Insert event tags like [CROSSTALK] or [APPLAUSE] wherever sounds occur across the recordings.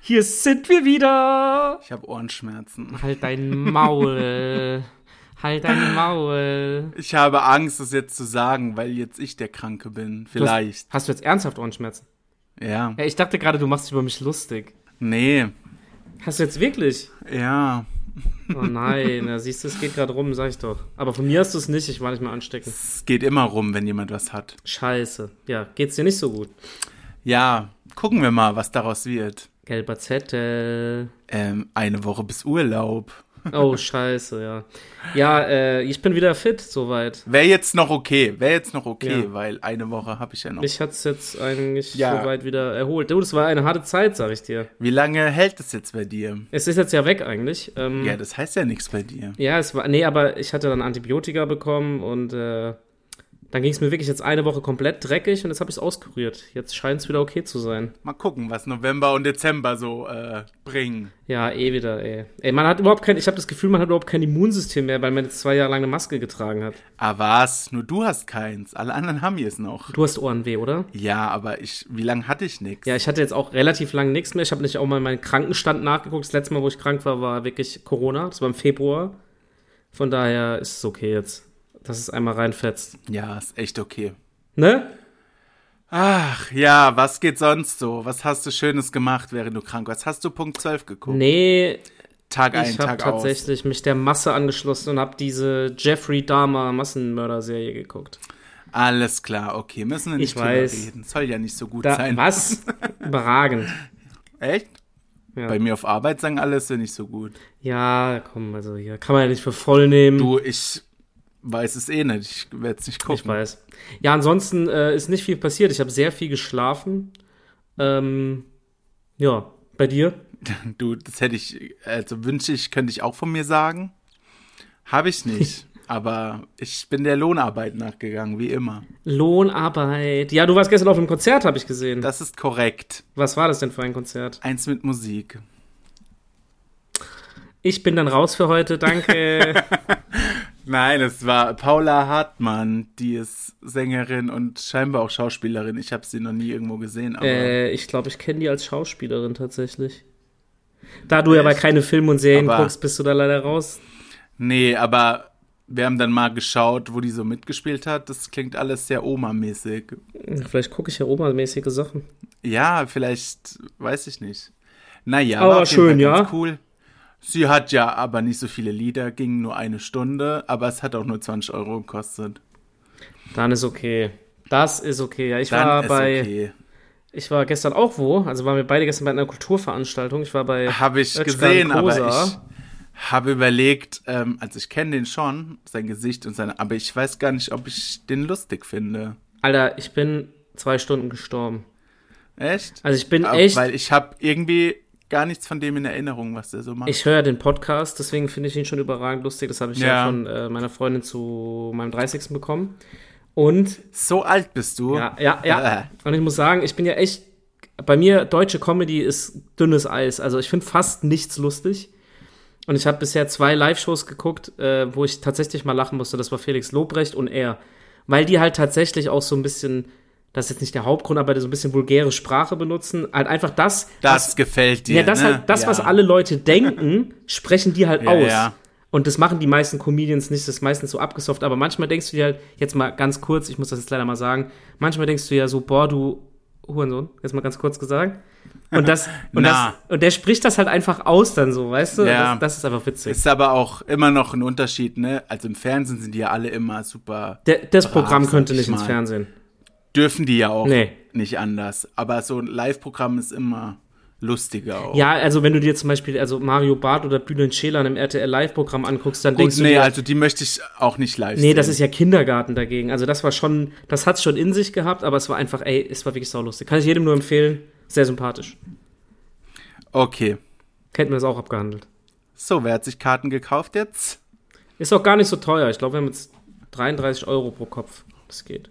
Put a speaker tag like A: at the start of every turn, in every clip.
A: Hier sind wir wieder.
B: Ich habe Ohrenschmerzen.
C: Halt dein Maul. halt dein Maul.
B: Ich habe Angst, das jetzt zu sagen, weil jetzt ich der Kranke bin. Vielleicht.
C: Hast, hast du jetzt ernsthaft Ohrenschmerzen?
B: ja.
C: Ja, ich dachte gerade, du machst dich über mich lustig.
B: Nee.
C: Hast du jetzt wirklich?
B: Ja.
C: Oh nein, ja, siehst du, es geht gerade rum, sag ich doch. Aber von mir hast du es nicht, ich war nicht mal anstecken.
B: Es geht immer rum, wenn jemand was hat.
C: Scheiße. Ja, geht's dir nicht so gut?
B: Ja, gucken wir mal, was daraus wird.
C: Gelber Zettel.
B: Ähm, eine Woche bis Urlaub.
C: Oh, scheiße, ja. Ja, äh, ich bin wieder fit, soweit.
B: Wäre jetzt noch okay. Wäre jetzt noch okay,
C: Ja.
B: weil eine Woche habe ich ja noch.
C: Mich hat's jetzt eigentlich
B: Ja.
C: soweit wieder erholt. Du, das war eine harte Zeit, sag ich dir.
B: Wie lange hält es jetzt bei dir?
C: Es ist jetzt ja weg eigentlich. Ähm,
B: Ja, das heißt ja nichts bei dir.
C: Ja, es war. Nee, aber ich hatte dann Antibiotika bekommen und äh, dann ging es mir wirklich jetzt eine Woche komplett dreckig und jetzt habe ich es auskuriert. Jetzt scheint es wieder okay zu sein.
B: Mal gucken, was November und Dezember so äh, bringen.
C: Ja, eh wieder, ey. Ey, man hat überhaupt kein. Ich habe das Gefühl, man hat überhaupt kein Immunsystem mehr, weil man jetzt zwei Jahre lang eine Maske getragen hat.
B: Ah, was? Nur du hast keins. Alle anderen haben jetzt noch.
C: Du hast Ohrenweh, oder?
B: Ja, aber ich, wie lange hatte ich nichts?
C: Ja, ich hatte jetzt auch relativ lang nichts mehr. Ich habe nicht auch mal meinen Krankenstand nachgeguckt. Das letzte Mal, wo ich krank war, war wirklich Corona. Das war im Februar. Von daher ist es okay jetzt, dass es einmal reinfetzt.
B: Ja, ist echt okay.
C: Ne?
B: Ach ja, was geht sonst so? Was hast du Schönes gemacht, während du krank warst? Hast du Punkt 12 geguckt?
C: Nee,
B: Tag ein,
C: ich habe
B: Tag aus.
C: tatsächlich mich der Masse angeschlossen und habe diese Jeffrey Dahmer Massenmörder-Serie geguckt.
B: Alles klar, okay. Müssen wir nicht
C: Ich weiß.
B: reden. Soll ja nicht so gut
C: Da,
B: sein.
C: was? [LAUGHS] Überragend.
B: Echt?
C: Ja.
B: Bei mir auf Arbeit sagen alle, es wäre nicht so gut.
C: ja, komm, also hier kann man ja nicht für voll nehmen.
B: Du, ich weiß es eh nicht. Ich werde es nicht gucken.
C: Ich weiß. Ja, ansonsten äh, ist nicht viel passiert. Ich habe sehr viel geschlafen. Ähm, ja, bei dir?
B: Du, das hätte ich, also wünsche ich, könnte ich auch von mir sagen. Habe
C: [LAUGHS]
B: ich nicht. Aber ich bin der Lohnarbeit nachgegangen, wie immer.
C: Lohnarbeit. Ja, du warst gestern auf einem Konzert, habe ich gesehen.
B: Das ist korrekt.
C: Was war das denn für ein Konzert?
B: Eins mit Musik.
C: Ich bin dann raus für heute,
B: [LAUGHS]
C: danke.
B: Nein, es war Paula Hartmann, die ist Sängerin und scheinbar auch Schauspielerin. Ich habe sie noch nie irgendwo gesehen, aber
C: äh, ich glaube, ich kenne die als Schauspielerin tatsächlich. Da du ja aber keine Filme und Serien
B: Aber-
C: guckst, bist du da leider raus.
B: nee, aber wir haben dann mal geschaut, wo die so mitgespielt hat. Das klingt alles sehr Oma-mäßig.
C: Vielleicht gucke ich ja obermäßige Sachen.
B: Ja, vielleicht, weiß ich nicht. Naja,
C: Aber
B: war auf jeden
C: schön,
B: Fall ganz
C: ja.
B: cool. Sie hat ja aber nicht so viele Lieder, ging nur eine Stunde, aber es hat auch nur 20 Euro gekostet.
C: Dann ist okay. Das ist okay. Ja, ich
B: Dann
C: war
B: ist
C: bei.
B: okay.
C: Ich war gestern auch wo. Also waren wir beide gestern bei einer Kulturveranstaltung. Ich war bei.
B: Habe ich
C: Özcan
B: gesehen, aber
C: Kosa.
B: ich habe überlegt, ähm, also ich kenne den schon, sein Gesicht und seine, aber ich weiß gar nicht, ob ich den lustig finde.
C: Alter, ich bin zwei Stunden gestorben.
B: Echt?
C: Also ich bin
B: Ab-
C: echt.
B: Ah, Weil ich habe irgendwie gar nichts von dem in Erinnerung, was der so macht.
C: Ich höre ja den Podcast, deswegen finde ich ihn schon überragend lustig. Das habe ich ja,
B: Ja.
C: von äh, meiner Freundin zu meinem 30. bekommen. Und
B: so alt bist du.
C: ja, ja, ja.
B: Äh.
C: Und ich muss sagen, ich bin ja echt. Bei mir, deutsche Comedy ist dünnes Eis. Also ich finde fast nichts lustig. Und ich habe bisher zwei Live-Shows geguckt, äh, wo ich tatsächlich mal lachen musste. Das war Felix Lobrecht und er. Weil die halt tatsächlich auch so ein bisschen, das ist jetzt nicht der Hauptgrund, aber so ein bisschen vulgäre Sprache benutzen. Halt einfach das,
B: Das gefällt dir.
C: ja, das,
B: ne?
C: halt, das
B: ja.
C: was alle Leute denken, sprechen die halt
B: Ja,
C: aus.
B: ja.
C: Und das machen die meisten Comedians nicht, das ist meistens so abgesofft. Aber manchmal denkst du dir halt, jetzt mal ganz kurz, ich muss das jetzt leider mal sagen, manchmal denkst du ja so, boah, du Hurensohn, jetzt mal ganz kurz gesagt. Und
B: [LAUGHS]
C: das, und, das,
B: Na.
C: und der spricht das halt einfach aus dann so, weißt du?
B: Ja.
C: Das, das ist einfach witzig.
B: Ist aber auch immer noch ein Unterschied, ne? Also im Fernsehen sind die ja alle immer super.
C: Der, das
B: brav,
C: Programm
B: sag
C: könnte
B: ich
C: nicht ins
B: mal.
C: Fernsehen.
B: Dürfen die ja auch
C: Nee.
B: nicht anders. Aber so ein Live-Programm ist immer lustiger auch.
C: Ja, also wenn du dir zum Beispiel also Mario Barth oder Bülent Schelan im RTL Live-Programm anguckst, dann
B: Gut,
C: denkst du
B: nee,
C: dir, halt
B: also die möchte ich auch nicht live
C: Nee,
B: sehen.
C: das ist ja Kindergarten dagegen. Also das war schon, das hat's schon in sich gehabt, aber es war einfach, ey, es war wirklich saulustig. Kann ich jedem nur empfehlen. Sehr sympathisch.
B: Okay.
C: Hätten wir das auch abgehandelt.
B: So, wer hat sich Karten gekauft jetzt?
C: Ist auch gar nicht so teuer. Ich glaube, wir haben jetzt 33 Euro pro Kopf. Das geht.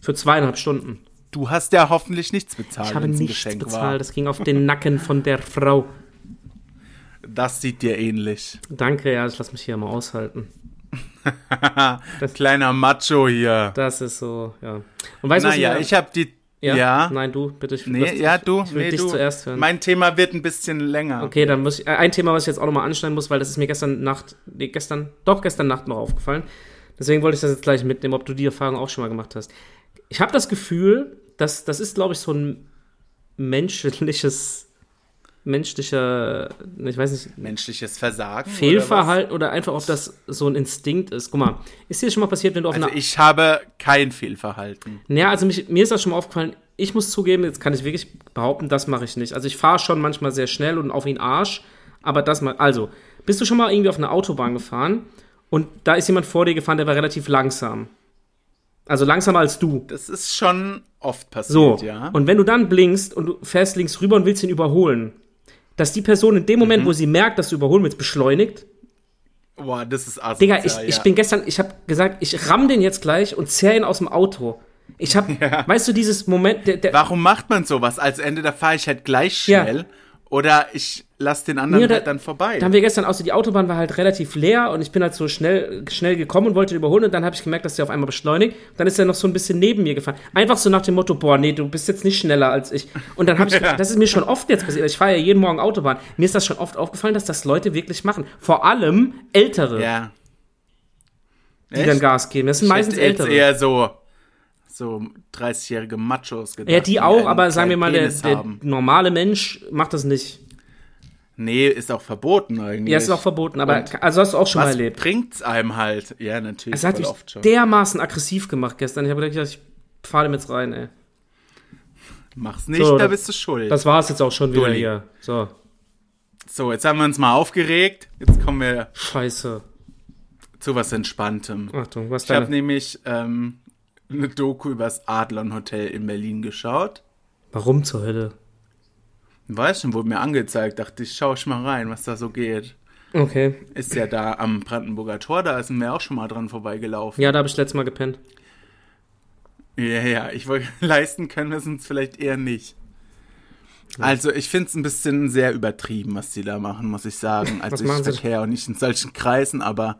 C: Für zweieinhalb Stunden.
B: Du hast ja hoffentlich nichts bezahlt,
C: Ich habe
B: wenn's ein
C: nichts
B: Geschenk
C: bezahlt. Das ging auf den Nacken von der Frau.
B: war. Das sieht dir ähnlich.
C: Danke, ja, ich lass mich hier mal aushalten.
B: Kleiner Macho hier.
C: Das ist so, ja. Und weißt du, was
B: Naja,
C: mir-
B: ich habe die
C: Ja?
B: Ja.
C: Nein, du, bitte. Ich
B: Nee,
C: lass-
B: ja, du,
C: Ich will
B: nee,
C: dich
B: du.
C: zuerst hören.
B: Mein Thema wird ein bisschen länger.
C: Okay, dann muss ich. äh, Ein Thema, was ich jetzt auch nochmal anschneiden muss, weil das ist mir gestern Nacht, nee, gestern, doch gestern Nacht noch aufgefallen. Deswegen wollte ich das jetzt gleich mitnehmen, ob du die Erfahrung auch schon mal gemacht hast. Ich habe das Gefühl, dass das ist, glaube ich, so ein menschliches, menschlicher, ich weiß nicht,
B: Menschliches Versagen.
C: Fehlverhalten oder, einfach, ob das so ein Instinkt ist. Guck mal, ist dir das schon mal passiert, wenn du auf
B: Oder was?
C: einer
B: Also ich habe kein Fehlverhalten.
C: naja, also mich, mir ist das schon mal aufgefallen. Ich muss zugeben, jetzt kann ich wirklich behaupten, das mache ich nicht. Also ich fahre schon manchmal sehr schnell und auf ihn Arsch, aber das mal. Also, bist du schon mal irgendwie auf einer Autobahn gefahren und da ist jemand vor dir gefahren, der war relativ langsam. Also langsamer als du.
B: Das ist schon oft passiert,
C: So.
B: ja.
C: Und wenn du dann blinkst und du fährst links rüber und willst ihn überholen, dass die Person in dem
B: Mhm.
C: Moment, wo sie merkt, dass du überholen willst, beschleunigt.
B: Boah, das ist asozial,
C: Digga, ich, ich
B: ja.
C: bin gestern, ich habe gesagt, ich ramm den jetzt gleich und zerr ihn aus dem Auto. Ich habe,
B: [LAUGHS]
C: weißt du, dieses Moment, der, der,
B: Warum macht man sowas? Als Ende da fahre ich halt gleich
C: Ja.
B: schnell oder ich lasse den anderen
C: Nee, da-
B: halt dann vorbei.
C: Da haben wir gestern, außer die Autobahn war halt relativ leer und ich bin halt so schnell, schnell gekommen und wollte ihn überholen und dann habe ich gemerkt, dass der auf einmal beschleunigt. Und dann ist er noch so ein bisschen neben mir gefahren. Einfach so nach dem Motto, boah, nee, du bist jetzt nicht schneller als ich. Und dann
B: [LAUGHS]
C: habe ich,
B: Ja.
C: das ist mir schon oft jetzt passiert, ich fahre ja jeden Morgen Autobahn. Mir ist das schon oft aufgefallen, dass das Leute wirklich machen. Vor allem Ältere,
B: ja.
C: die dann Gas geben. Das sind meistens
B: ich hätte jetzt
C: Ältere.
B: eher so, so 30-jährige Machos gedacht.
C: ja, die
B: einen
C: auch, aber
B: kleinen
C: sagen wir mal, der,
B: Penis
C: der
B: haben.
C: normale Mensch macht das nicht.
B: Nee, ist auch verboten eigentlich.
C: Ja, ist auch verboten, aber also hast du auch schon mal
B: Was
C: erlebt.
B: bringt's einem halt? Ja, natürlich.
C: Es Also hat
B: voll
C: mich
B: oft schon.
C: dermaßen aggressiv gemacht gestern. Ich habe gedacht, ich fahre dem jetzt rein, ey.
B: Mach's nicht,
C: So,
B: da
C: das-
B: bist du schuld.
C: Das war's jetzt auch schon wieder
B: Dulli.
C: hier. So,
B: so, jetzt haben wir uns mal aufgeregt. Jetzt kommen wir
C: scheiße.
B: zu was Entspanntem.
C: Achtung, was
B: Ich habe
C: deine...
B: nämlich ähm, eine Doku über das Adlon Hotel in Berlin geschaut.
C: Warum zur Hölle?
B: Weiß schon, wurde mir angezeigt. Dachte ich, schau ich mal rein, was da so geht.
C: Okay.
B: Ist ja da am Brandenburger Tor, da sind wir auch schon mal dran vorbeigelaufen.
C: Ja, da habe ich letztes Mal gepennt.
B: Ja, ja, ich wollte [LAUGHS] leisten können wir es uns vielleicht eher nicht. Also, ich finde es ein bisschen sehr übertrieben, was die da machen, muss ich sagen.
C: Was
B: Also,
C: machen
B: ich
C: sie?
B: verkehre auch nicht in solchen Kreisen, aber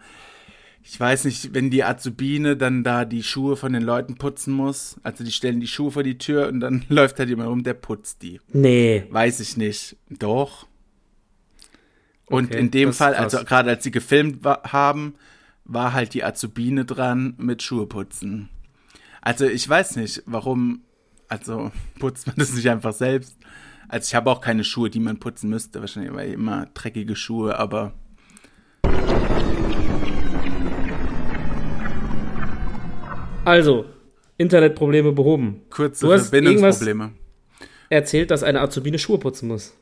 B: ich weiß nicht, wenn die Azubine dann da die Schuhe von den Leuten putzen muss, also die stellen die Schuhe vor die Tür und dann [LAUGHS] läuft halt jemand rum, der putzt die.
C: Nee.
B: Weiß ich nicht. Doch. Und
C: Okay,
B: in dem
C: das ist
B: Fall,
C: krass.
B: also gerade als sie gefilmt wa- haben, war halt die Azubine dran mit Schuhe putzen. Also ich weiß nicht, warum, also [LAUGHS] putzt man das nicht einfach selbst. Also ich habe auch keine Schuhe, die man putzen müsste, wahrscheinlich weil immer dreckige Schuhe, aber
C: Also, Internetprobleme behoben.
B: kurze
C: Du hast
B: Verbindungsprobleme.
C: Erzählt, dass eine Azubine Schuhe putzen muss.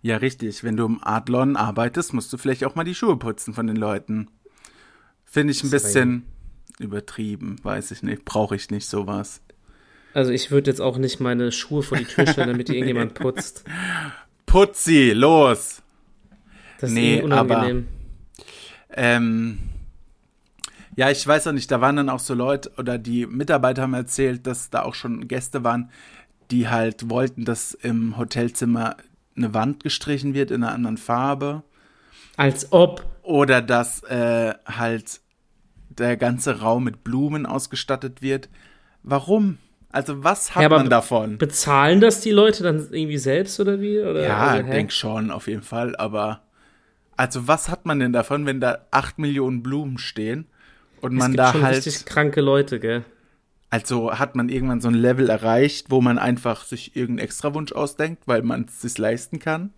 B: Ja, richtig. Wenn du im Adlon arbeitest, musst du vielleicht auch mal die Schuhe putzen von den Leuten. Finde ich ein bisschen übertrieben, weiß ich nicht. Brauche ich nicht sowas.
C: Also, ich würde jetzt auch nicht meine Schuhe vor die Tür stellen, damit die
B: [LAUGHS]
C: irgendjemand putzt.
B: Putzi, los!
C: Das ist
B: Nee,
C: nee, unangenehm.
B: Ähm, ja, ich weiß auch nicht, da waren dann auch so Leute oder die Mitarbeiter haben erzählt, dass da auch schon Gäste waren, die halt wollten, dass im Hotelzimmer eine Wand gestrichen wird in einer anderen Farbe.
C: Als ob.
B: Oder dass äh, halt der ganze Raum mit Blumen ausgestattet wird. Warum? Also was hat
C: Ja, aber
B: man
C: be-
B: davon?
C: Bezahlen das die Leute dann irgendwie selbst oder wie? Oder,
B: Ja,
C: also, hä?
B: denk schon, auf jeden Fall. Aber also was hat man denn davon, wenn da acht Millionen Blumen stehen und
C: Es
B: man
C: gibt
B: da
C: schon
B: halt
C: richtig kranke Leute, gell?
B: Also hat man irgendwann so ein Level erreicht, wo man einfach sich irgendeinen Extrawunsch ausdenkt, weil man es sich leisten kann.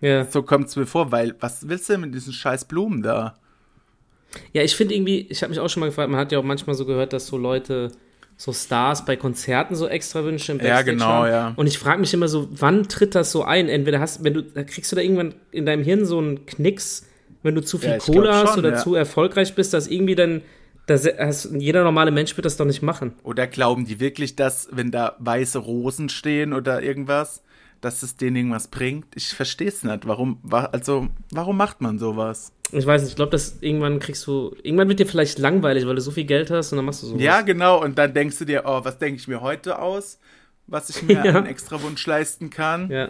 C: Ja.
B: So kommt es mir vor, weil was willst du denn mit diesen scheiß Blumen da?
C: Ja, ich finde irgendwie, ich habe mich auch schon mal gefragt, man hat ja auch manchmal so gehört, dass so Leute, so Stars bei Konzerten so extra Wünsche im
B: Ja,
C: Backstage
B: genau,
C: haben.
B: ja.
C: Und ich frage mich immer so, wann tritt das so ein? Entweder hast, wenn du, da kriegst du da irgendwann in deinem Hirn so einen Knicks, wenn du zu viel
B: Ja, ich glaub
C: Cola hast
B: schon,
C: oder
B: ja.
C: zu erfolgreich bist, dass irgendwie dann, das, hast, jeder normale Mensch wird das doch nicht machen.
B: Oder glauben die wirklich, dass wenn da weiße Rosen stehen oder irgendwas, dass es denen irgendwas bringt? Ich verstehe es nicht. Warum, wa also, warum macht man sowas?
C: Ich weiß nicht, ich glaube, dass irgendwann kriegst du, irgendwann wird dir vielleicht langweilig, weil du so viel Geld hast und dann machst du sowas.
B: Ja, genau. Und dann denkst du dir, oh, was denke ich mir heute aus? Was ich
C: [LAUGHS]
B: mir
C: Ja.
B: einen Extrawunsch leisten kann?
C: Ja.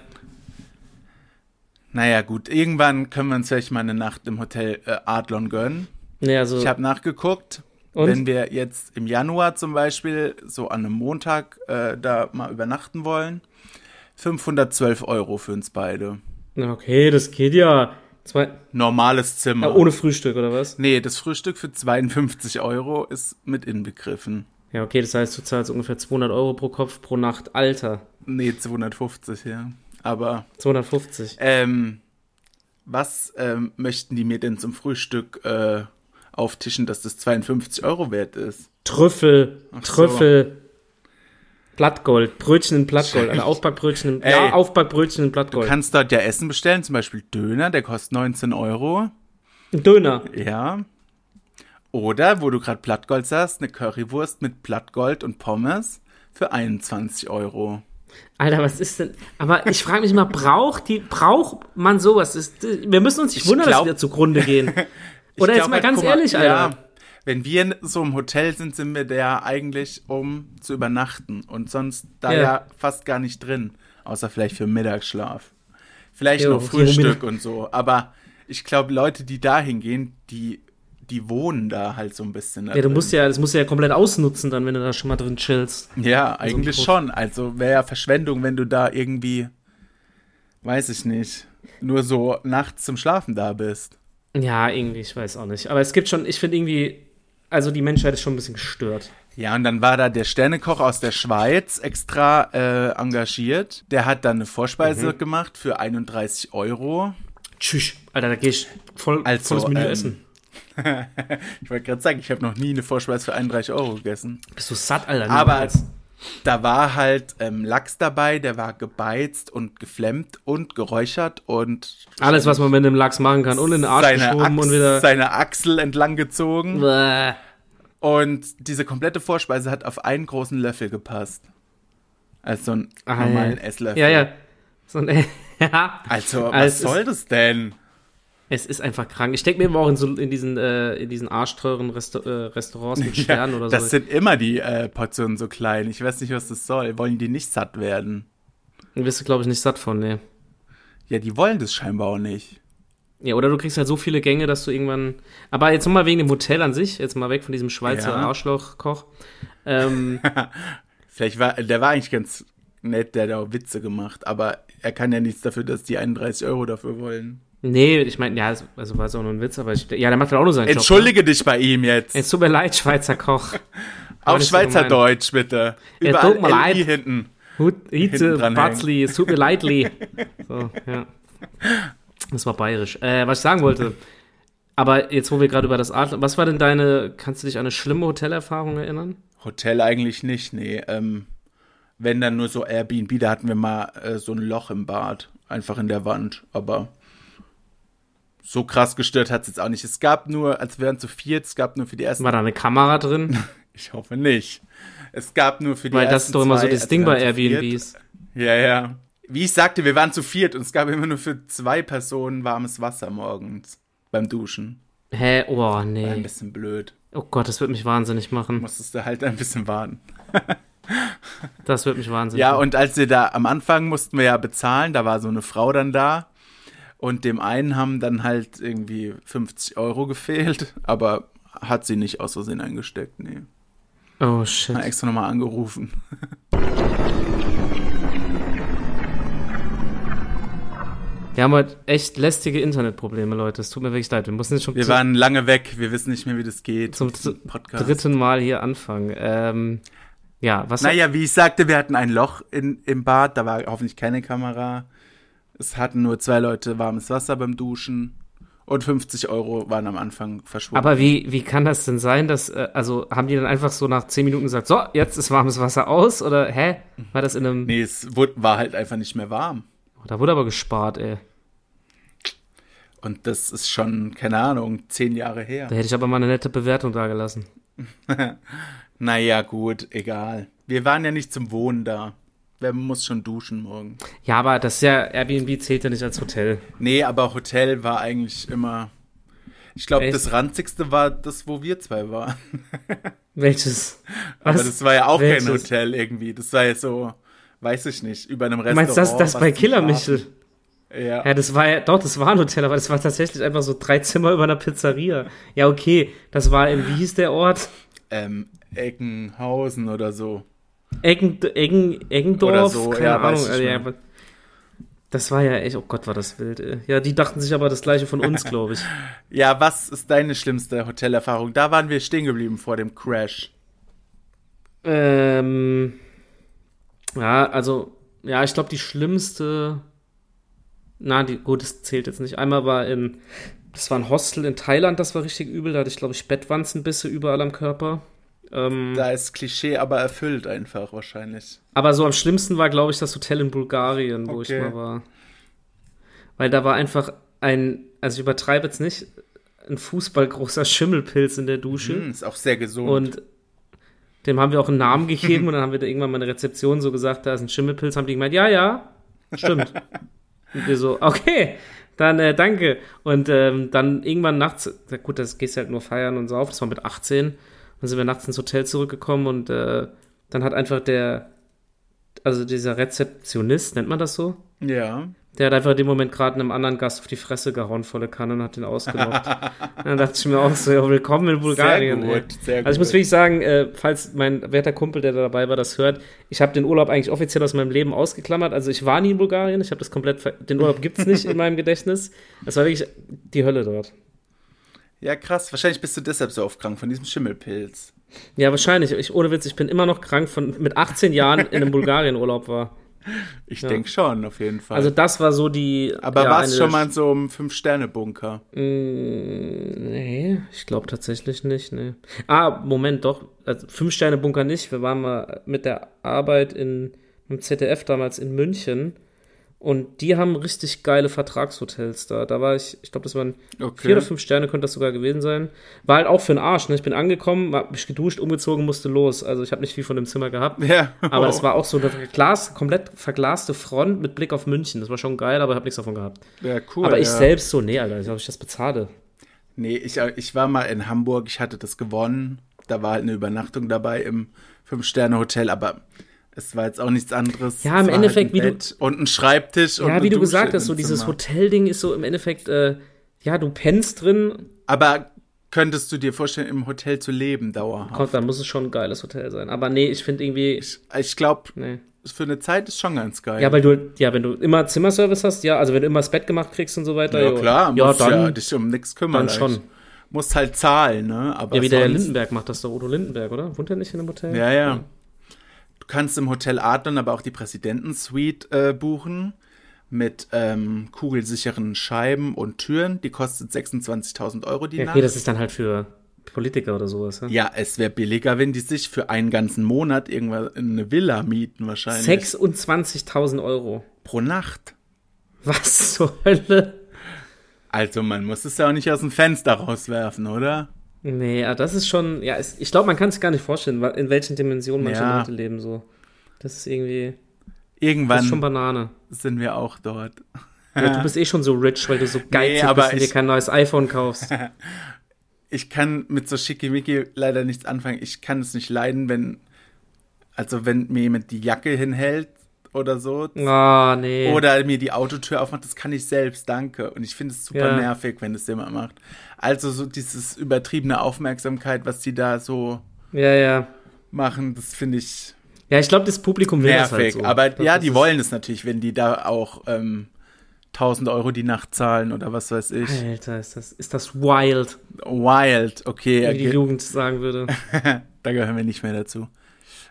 B: Naja, gut. Irgendwann können wir uns vielleicht mal eine Nacht im Hotel äh, Adlon gönnen.
C: Naja, so,
B: Ich habe nachgeguckt.
C: Und?
B: Wenn wir jetzt im Januar zum Beispiel so an einem Montag äh, da mal übernachten wollen, 512 Euro für uns beide.
C: Na, okay, das geht ja. Zwei,
B: Normales Zimmer.
C: ja, ohne Frühstück oder was?
B: nee, das Frühstück für 52 Euro ist mit inbegriffen.
C: Ja, okay, das heißt, du zahlst ungefähr 200 Euro pro Kopf pro Nacht. Alter,
B: Nee, 250, ja. Aber
C: 250.
B: Ähm, was ähm, möchten die mir denn zum Frühstück äh, auftischen, dass das 52 Euro wert ist?
C: Trüffel,
B: so.
C: Trüffel, Blattgold, Brötchen in Blattgold, also Aufbackbrötchen in,
B: Ey.
C: ja, Aufbackbrötchen in Blattgold.
B: Du kannst dort ja Essen bestellen, zum Beispiel Döner, der kostet 19 Euro.
C: Ein Döner.
B: Ja. Oder, wo du gerade Plattgold sagst, eine Currywurst mit Plattgold und Pommes für 21 Euro.
C: Alter, was ist denn? Aber ich frage mich mal, braucht die, braucht man sowas? Ist, wir müssen uns nicht
B: Ich
C: wundern,
B: glaub-
C: dass wir zugrunde gehen.
B: [LAUGHS] Ich
C: Oder jetzt
B: glaub halt,
C: mal ganz
B: guck
C: ehrlich, Alter.
B: wenn wir so im Hotel sind, sind wir da ja eigentlich, um zu übernachten. Und sonst da
C: Ja.
B: ja, fast gar nicht drin. Außer vielleicht für Mittagsschlaf. Vielleicht
C: Jo,
B: noch
C: jo,
B: Frühstück
C: Mittag-
B: und so. Aber ich glaube, Leute, die da hingehen, die, die wohnen da halt so ein bisschen.
C: Ja, du musst ja, das musst du ja komplett ausnutzen, dann, wenn du da schon mal drin chillst.
B: Ja, eigentlich
C: Puff.
B: schon. Also wäre ja Verschwendung, wenn du da irgendwie, weiß ich nicht, nur so nachts zum Schlafen da bist.
C: Ja, irgendwie, ich weiß auch nicht. Aber es gibt schon, ich finde irgendwie, also die Menschheit ist schon ein bisschen gestört.
B: Ja, und dann war da der Sternekoch aus der Schweiz extra äh, engagiert. Der hat dann eine Vorspeise
C: Mhm.
B: gemacht für 31 Euro.
C: Tschüss. Alter, da gehe ich voll,
B: Also,
C: volles Menü
B: ähm,
C: essen.
B: Ich wollte gerade sagen, ich habe noch nie eine Vorspeise für 31 Euro gegessen.
C: Bist du satt, Alter?
B: aber-
C: niemals.
B: Da war halt ähm, Lachs dabei, der war gebeizt und geflemmt und geräuchert und
C: Alles, was man mit einem Lachs machen kann. Und in den Arsch
B: seine,
C: geschoben
B: Achs-
C: und wieder.
B: seine Achsel entlang gezogen.
C: Bäh.
B: Und diese komplette Vorspeise hat auf einen großen Löffel gepasst. Also so einen
C: Ah,
B: normalen
C: ja.
B: Esslöffel.
C: Ja, ja. So ein, [LAUGHS] ja.
B: Also, was
C: Also es
B: soll das denn?
C: Es ist einfach krank. Ich denke mir immer auch in, so, in diesen, äh, in diesen arschteuren Resta äh, Restaurants [LAUGHS] mit Sternen
B: Ja,
C: oder
B: das
C: so.
B: sind immer die äh, Portionen so klein. Ich weiß nicht, was das soll. Wollen die nicht satt werden?
C: Da wirst du, glaube ich, nicht satt von, nee.
B: Ja, die wollen das scheinbar auch nicht.
C: Ja, oder du kriegst halt so viele Gänge, dass du irgendwann. Aber jetzt nochmal wegen dem Hotel an sich, jetzt mal weg von diesem Schweizer
B: Ja.
C: Arschlochkoch. Ähm, [LAUGHS]
B: Vielleicht war, der war eigentlich ganz nett, der hat auch Witze gemacht, aber er kann ja nichts dafür, dass die 31 Euro dafür wollen.
C: nee, ich meine, ja, also war es auch nur ein Witz, aber ich, ja, der macht halt auch nur seinen Job.
B: Entschuldige dich bei ihm jetzt.
C: ne? Es tut mir leid, Schweizer Koch. War
B: Auf
C: nicht so gemeint.
B: Schweizerdeutsch, bitte.
C: Ja,
B: Überall
C: tut mir leid.
B: LI [LAUGHS] hinten.
C: Hut, Hitze,
B: dran
C: Batzli, es tut mir leid, Lee.
B: [LAUGHS]
C: So, ja. Das war bayerisch. Äh, was ich sagen wollte, aber jetzt, wo wir gerade über das Adler, was war denn deine, kannst du dich an eine schlimme Hotelerfahrung erinnern?
B: Hotel eigentlich nicht, nee. Ähm, wenn dann nur so Airbnb, da hatten wir mal äh, so ein Loch im Bad, einfach in der Wand, aber so krass gestört hat es jetzt auch nicht. Es gab nur, als wären zu viert, es gab nur für die ersten,
C: War da eine Kamera drin?
B: ich hoffe nicht. Es gab nur für [LAUGHS] die
C: Weil das
B: ersten
C: ist doch immer so
B: zwei,
C: das
B: als
C: Ding
B: wären
C: bei
B: zu viert.
C: Airbnbs.
B: Ja, ja. Wie ich sagte, wir waren zu viert und es gab immer nur für zwei Personen warmes Wasser morgens beim Duschen.
C: Hä? Oh,
B: War ein
C: nee.
B: bisschen blöd.
C: Oh Gott, das wird mich wahnsinnig machen.
B: Musstest du halt ein bisschen warten.
C: Das wird mich wahnsinnig
B: Ja,
C: machen.
B: und als wir da am Anfang mussten wir ja bezahlen, da war so eine Frau dann da. Und dem einen haben dann halt irgendwie 50 Euro gefehlt, [LAUGHS] aber hat sie nicht aus Versehen eingesteckt. Nee.
C: Oh,
B: Hat
C: shit.
B: extra nochmal angerufen.
C: Wir haben heute echt lästige Internetprobleme, Leute. Es tut mir wirklich leid. Wir mussten jetzt schon
B: Wir
C: zu-
B: waren lange weg, wir wissen nicht mehr, wie das geht.
C: zum,
B: mit diesem
C: zum dritten Mal hier anfangen. Ähm, ja, was
B: Naja, wie ich sagte, wir hatten ein Loch in, im Bad, da war hoffentlich keine Kamera. Es hatten nur zwei Leute warmes Wasser beim Duschen. Und 50 Euro waren am Anfang verschwunden.
C: Aber wie, wie kann das denn sein, dass, äh, also haben die dann einfach so nach zehn Minuten gesagt, so, jetzt ist warmes Wasser aus oder hä? War das in einem.
B: nee, es wurde, war halt einfach nicht mehr warm.
C: Oh, da wurde aber gespart, ey.
B: Und das ist schon, keine Ahnung, zehn Jahre her.
C: Da hätte ich aber mal eine nette Bewertung da gelassen.
B: Naja, gut, egal. Wir waren ja nicht zum Wohnen da. Wer muss schon duschen morgen?
C: Ja, aber das ist ja, Airbnb zählt ja nicht als Hotel.
B: Nee, aber Hotel war eigentlich immer. Ich glaube,
C: Echt?
B: das ranzigste war das, wo wir zwei waren.
C: Welches? Was?
B: Aber das war ja auch kein
C: Welches?
B: Hotel irgendwie. Das war ja so, weiß ich nicht, über einem
C: Du
B: Restaurant.
C: meinst das, das
B: was
C: bei
B: zum
C: Killer
B: Schlafen.
C: Michel?
B: Ja.
C: Ja, das war ja, doch, das war ein Hotel, aber das war tatsächlich einfach so drei Zimmer über einer Pizzeria. Ja, okay, das war in, wie hieß der Ort?
B: Ähm, Eckenhausen oder so.
C: Eggen, Eggen, Eggendorf?
B: Oder so,
C: keine
B: ja,
C: Ahnung.
B: weiß ich
C: also, ja,
B: schon.
C: aber- das war ja echt, oh Gott, war das wild. ey. Ja, die dachten sich aber das gleiche von
B: [LAUGHS]
C: uns, glaube ich.
B: Ja, was ist deine schlimmste Hotelerfahrung? Da waren wir stehen geblieben vor dem Crash.
C: Ähm, ja, also, ja, ich glaube, die schlimmste. Na, die, gut, das zählt jetzt nicht. Einmal war in. Das war ein Hostel in Thailand, das war richtig übel. Da hatte ich, glaube ich, Bettwanzenbisse überall am Körper. Ähm,
B: Da ist Klischee aber erfüllt einfach wahrscheinlich.
C: aber so am schlimmsten war, glaube ich, das Hotel in Bulgarien, wo ich
B: Okay.
C: mal war. Weil da war einfach ein. Also, ich übertreibe jetzt nicht. Ein fußballgroßer Schimmelpilz in der Dusche.
B: Hm, ist auch sehr gesund.
C: Mhm. Und dem haben wir auch einen Namen gegeben und dann haben wir da irgendwann mal in der Rezeption so gesagt, da ist ein Schimmelpilz, haben die gemeint, ja, ja, stimmt. und wir so, okay, dann äh, danke. Und ähm, dann irgendwann nachts, na gut, das gehst halt nur feiern und so auf, das war mit 18. Dann sind wir nachts ins Hotel zurückgekommen und äh, dann hat einfach der, also dieser Rezeptionist, nennt man das so?
B: ja.
C: Der hat einfach in dem Moment gerade einem anderen Gast auf die Fresse gehauen, volle Kanne und hat den
B: [LAUGHS]
C: ausgenockt. Und dann dachte ich mir auch so, ja, willkommen in Bulgarien.
B: Sehr
C: ey.
B: gut, sehr
C: Also ich muss
B: gut.
C: wirklich sagen, äh, falls mein werter Kumpel, der da dabei war, das hört, ich habe den Urlaub eigentlich offiziell aus meinem Leben ausgeklammert. Also ich war nie in Bulgarien, ich habe das komplett, ver den Urlaub gibt's nicht in meinem Gedächtnis. Es war wirklich die Hölle dort.
B: Ja, krass. Wahrscheinlich bist du deshalb so oft krank von diesem Schimmelpilz.
C: Ja, wahrscheinlich. Ich, ohne Witz, ich bin immer noch krank von mit 18 Jahren in einem Bulgarien-Urlaub war.
B: Ich denk denke schon, auf jeden Fall.
C: Also das war so die.
B: aber
C: ja,
B: warst
C: eine der
B: schon mal in so
C: [LAUGHS]
B: einem Fünf-Sterne-Bunker?
C: Nee, ich glaube tatsächlich nicht, nee. Ah, Moment, doch. Also Fünf-Sterne-Bunker nicht. Wir waren mal mit der Arbeit in, im ZDF damals in München. Und die haben richtig geile Vertragshotels da. Da war ich, ich glaube, das waren
B: Okay.
C: vier oder fünf Sterne, könnte das sogar gewesen sein. War halt auch für den Arsch, ne? Ich bin angekommen, hab mich geduscht, umgezogen, musste los. Also ich habe nicht viel von dem Zimmer
B: [LAUGHS]
C: gehabt.
B: Ja.
C: Aber das war auch so eine verglas, komplett verglaste Front mit Blick auf München. Das war schon geil, aber ich habe nichts davon gehabt.
B: ja, cool.
C: aber ich
B: ja.
C: selbst so, nee, Alter, ob ich das bezahle.
B: Nee, ich, ich war mal in Hamburg, ich hatte das gewonnen. Da war halt eine Übernachtung dabei im Fünf-Sterne-Hotel, aber es war jetzt auch nichts anderes.
C: Ja, im
B: es war
C: Endeffekt,
B: halt
C: wie
B: ein Bett und ein Schreibtisch und
C: Ja,
B: eine
C: wie du
B: Dusche
C: gesagt hast,
B: im
C: so dieses
B: Zimmer.
C: Hotelding ist so im Endeffekt, äh, ja, du pennst drin,
B: Aber könntest du dir vorstellen, im Hotel zu leben, dauerhaft?
C: Gott, dann muss es schon ein geiles Hotel sein. Aber nee, ich finde irgendwie,
B: Ich glaube,
C: nee.
B: für eine Zeit ist schon ganz geil.
C: Ja, weil du, ja, wenn du immer Zimmerservice hast, ja, also wenn du immer das Bett gemacht kriegst und so weiter.
B: ja
C: jo.
B: klar,
C: ja,
B: musst ja,
C: dann,
B: dich um nichts kümmern.
C: dann schon.
B: Musst halt zahlen, ne? Aber
C: ja, wie der
B: sonst-
C: Lindenberg macht das doch, Udo Lindenberg, oder? Wohnt er nicht in einem Hotel?
B: Ja, ja. Du kannst im Hotel Adlon aber auch die Präsidentensuite äh, buchen mit ähm, kugelsicheren Scheiben und Türen. Die kostet 26.000 Euro die
C: Ja,
B: Nacht.
C: okay, das ist dann halt für Politiker oder sowas. Ja?
B: ja, es wäre billiger, wenn die sich für einen ganzen Monat irgendwann eine Villa mieten wahrscheinlich.
C: 26.000 Euro.
B: pro Nacht.
C: Was zur Hölle?
B: Also man muss es ja auch nicht aus dem Fenster rauswerfen, oder?
C: Nee, ja, das ist schon, ja, es, ich glaube, man kann sich gar nicht vorstellen, wa- in welchen Dimensionen manche
B: Ja.
C: Leute leben so. Das ist irgendwie, das ist schon
B: Irgendwann
C: Banane.
B: sind wir auch dort.
C: Ja, du bist eh schon so rich, weil du so geizig
B: aber
C: bist und dir
B: ich-
C: kein neues iPhone
B: [LAUGHS]
C: kaufst.
B: ich kann mit so Schickimicki leider nichts anfangen. Ich kann es nicht leiden, wenn, also wenn mir jemand die Jacke hinhält oder so.
C: Ah, nee.
B: Oder mir die Autotür aufmacht, das kann ich selbst, danke. Und ich finde es super
C: Ja.
B: nervig, wenn es jemand macht. Also so dieses übertriebene Aufmerksamkeit, was die da so
C: ja, ja.
B: machen, das finde ich
C: Ja, ich glaube, das Publikum will das
B: nervig.
C: halt so.
B: Aber
C: Ich glaub,
B: ja,
C: das
B: die
C: ist-
B: wollen es natürlich, wenn die da auch ähm, 1000 Euro die Nacht zahlen oder was weiß ich.
C: Alter, ist das, ist das wild,
B: Wild, okay.
C: wie die
B: ge-
C: Jugend sagen würde.
B: Da gehören wir nicht mehr dazu.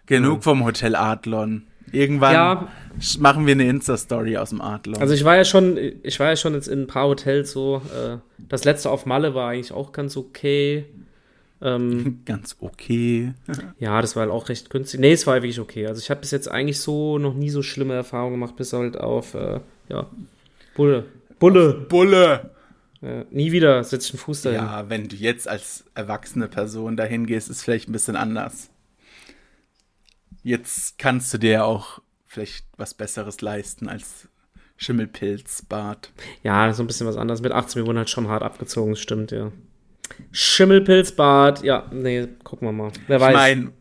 B: Genug vom Hotel Adlon. Irgendwann
C: Ja.
B: sch- machen wir eine Insta-Story aus dem Adlon.
C: Also ich war ja schon, ich war ja schon jetzt in ein paar Hotels so. Äh, das letzte auf Malle war eigentlich auch ganz okay. Ähm,
B: Ganz okay.
C: ja, das war halt auch recht günstig. Nee, es war wirklich okay. Also ich habe bis jetzt eigentlich so noch nie so schlimme Erfahrungen gemacht, bis halt auf, äh, ja, Bulle. Bulle.
B: Bulle!
C: Äh, nie wieder setze ich einen Fuß dahin.
B: Ja, wenn du jetzt als erwachsene Person dahin gehst, ist vielleicht ein bisschen anders. Jetzt kannst du dir ja auch vielleicht was Besseres leisten als Schimmelpilzbad.
C: Ja, so ein bisschen was anderes. Mit 18, wir wurden halt schon hart abgezogen, das stimmt, ja. Schimmelpilzbad, ja, nee, gucken wir mal. Wer weiß.
B: Ich meine,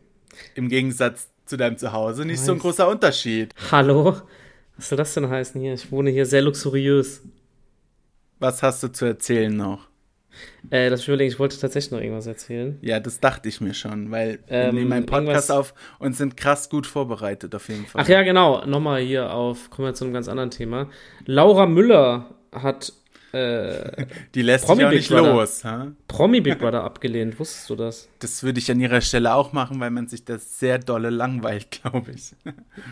B: im Gegensatz zu deinem Zuhause nicht so ein
C: Weiß.
B: großer Unterschied.
C: Hallo? Was soll das denn heißen hier? Ich wohne hier sehr luxuriös.
B: Was hast du zu erzählen noch?
C: Äh, das überlege ich, ich wollte tatsächlich noch irgendwas erzählen.
B: Ja, das dachte ich mir schon, weil wir
C: Ähm,
B: nehmen einen Podcast
C: irgendwas-
B: auf und sind krass gut vorbereitet auf jeden Fall.
C: Ach ja, genau. Nochmal hier auf, kommen wir zu einem ganz anderen Thema. Laura Müller hat äh,
B: Die lässt
C: Promi
B: sich auch
C: Big
B: nicht
C: Brother.
B: los. Ha?
C: Promi Big Brother abgelehnt. Wusstest du das?
B: Das würde ich an ihrer Stelle auch machen, weil man sich das sehr dolle langweilt, [LAUGHS] glaube ich.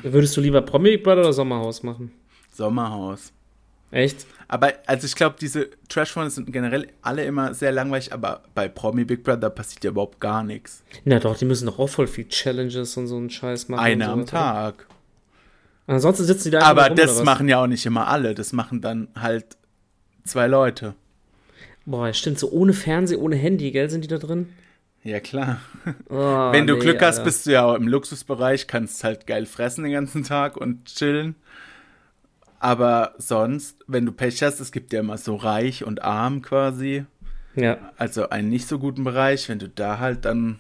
C: Würdest du lieber Promi Big Brother oder Sommerhaus machen?
B: Sommerhaus.
C: Echt?
B: Aber also ich glaube, diese trash fonds sind generell alle immer sehr langweilig, aber bei Promi Big Brother passiert ja überhaupt gar nichts.
C: Na doch, die müssen doch auch voll viel Challenges und so einen Scheiß machen.
B: Einer
C: und
B: am
C: so weiter.
B: Tag.
C: Ansonsten sitzen die da einfach
B: Aber
C: rum, oder
B: das
C: was?
B: machen ja auch nicht immer alle. Das machen dann halt zwei Leute.
C: Boah, stimmt, so ohne Fernseh, ohne Handy, gell, sind die da drin?
B: Ja, klar.
C: Oh,
B: Wenn du
C: nee,
B: Glück hast,
C: Alter.
B: bist du ja auch im Luxusbereich, kannst halt geil fressen den ganzen Tag und chillen. Aber sonst, wenn du Pech hast, es gibt ja immer so reich und arm quasi.
C: Ja,
B: Also einen nicht so guten Bereich, wenn du da halt dann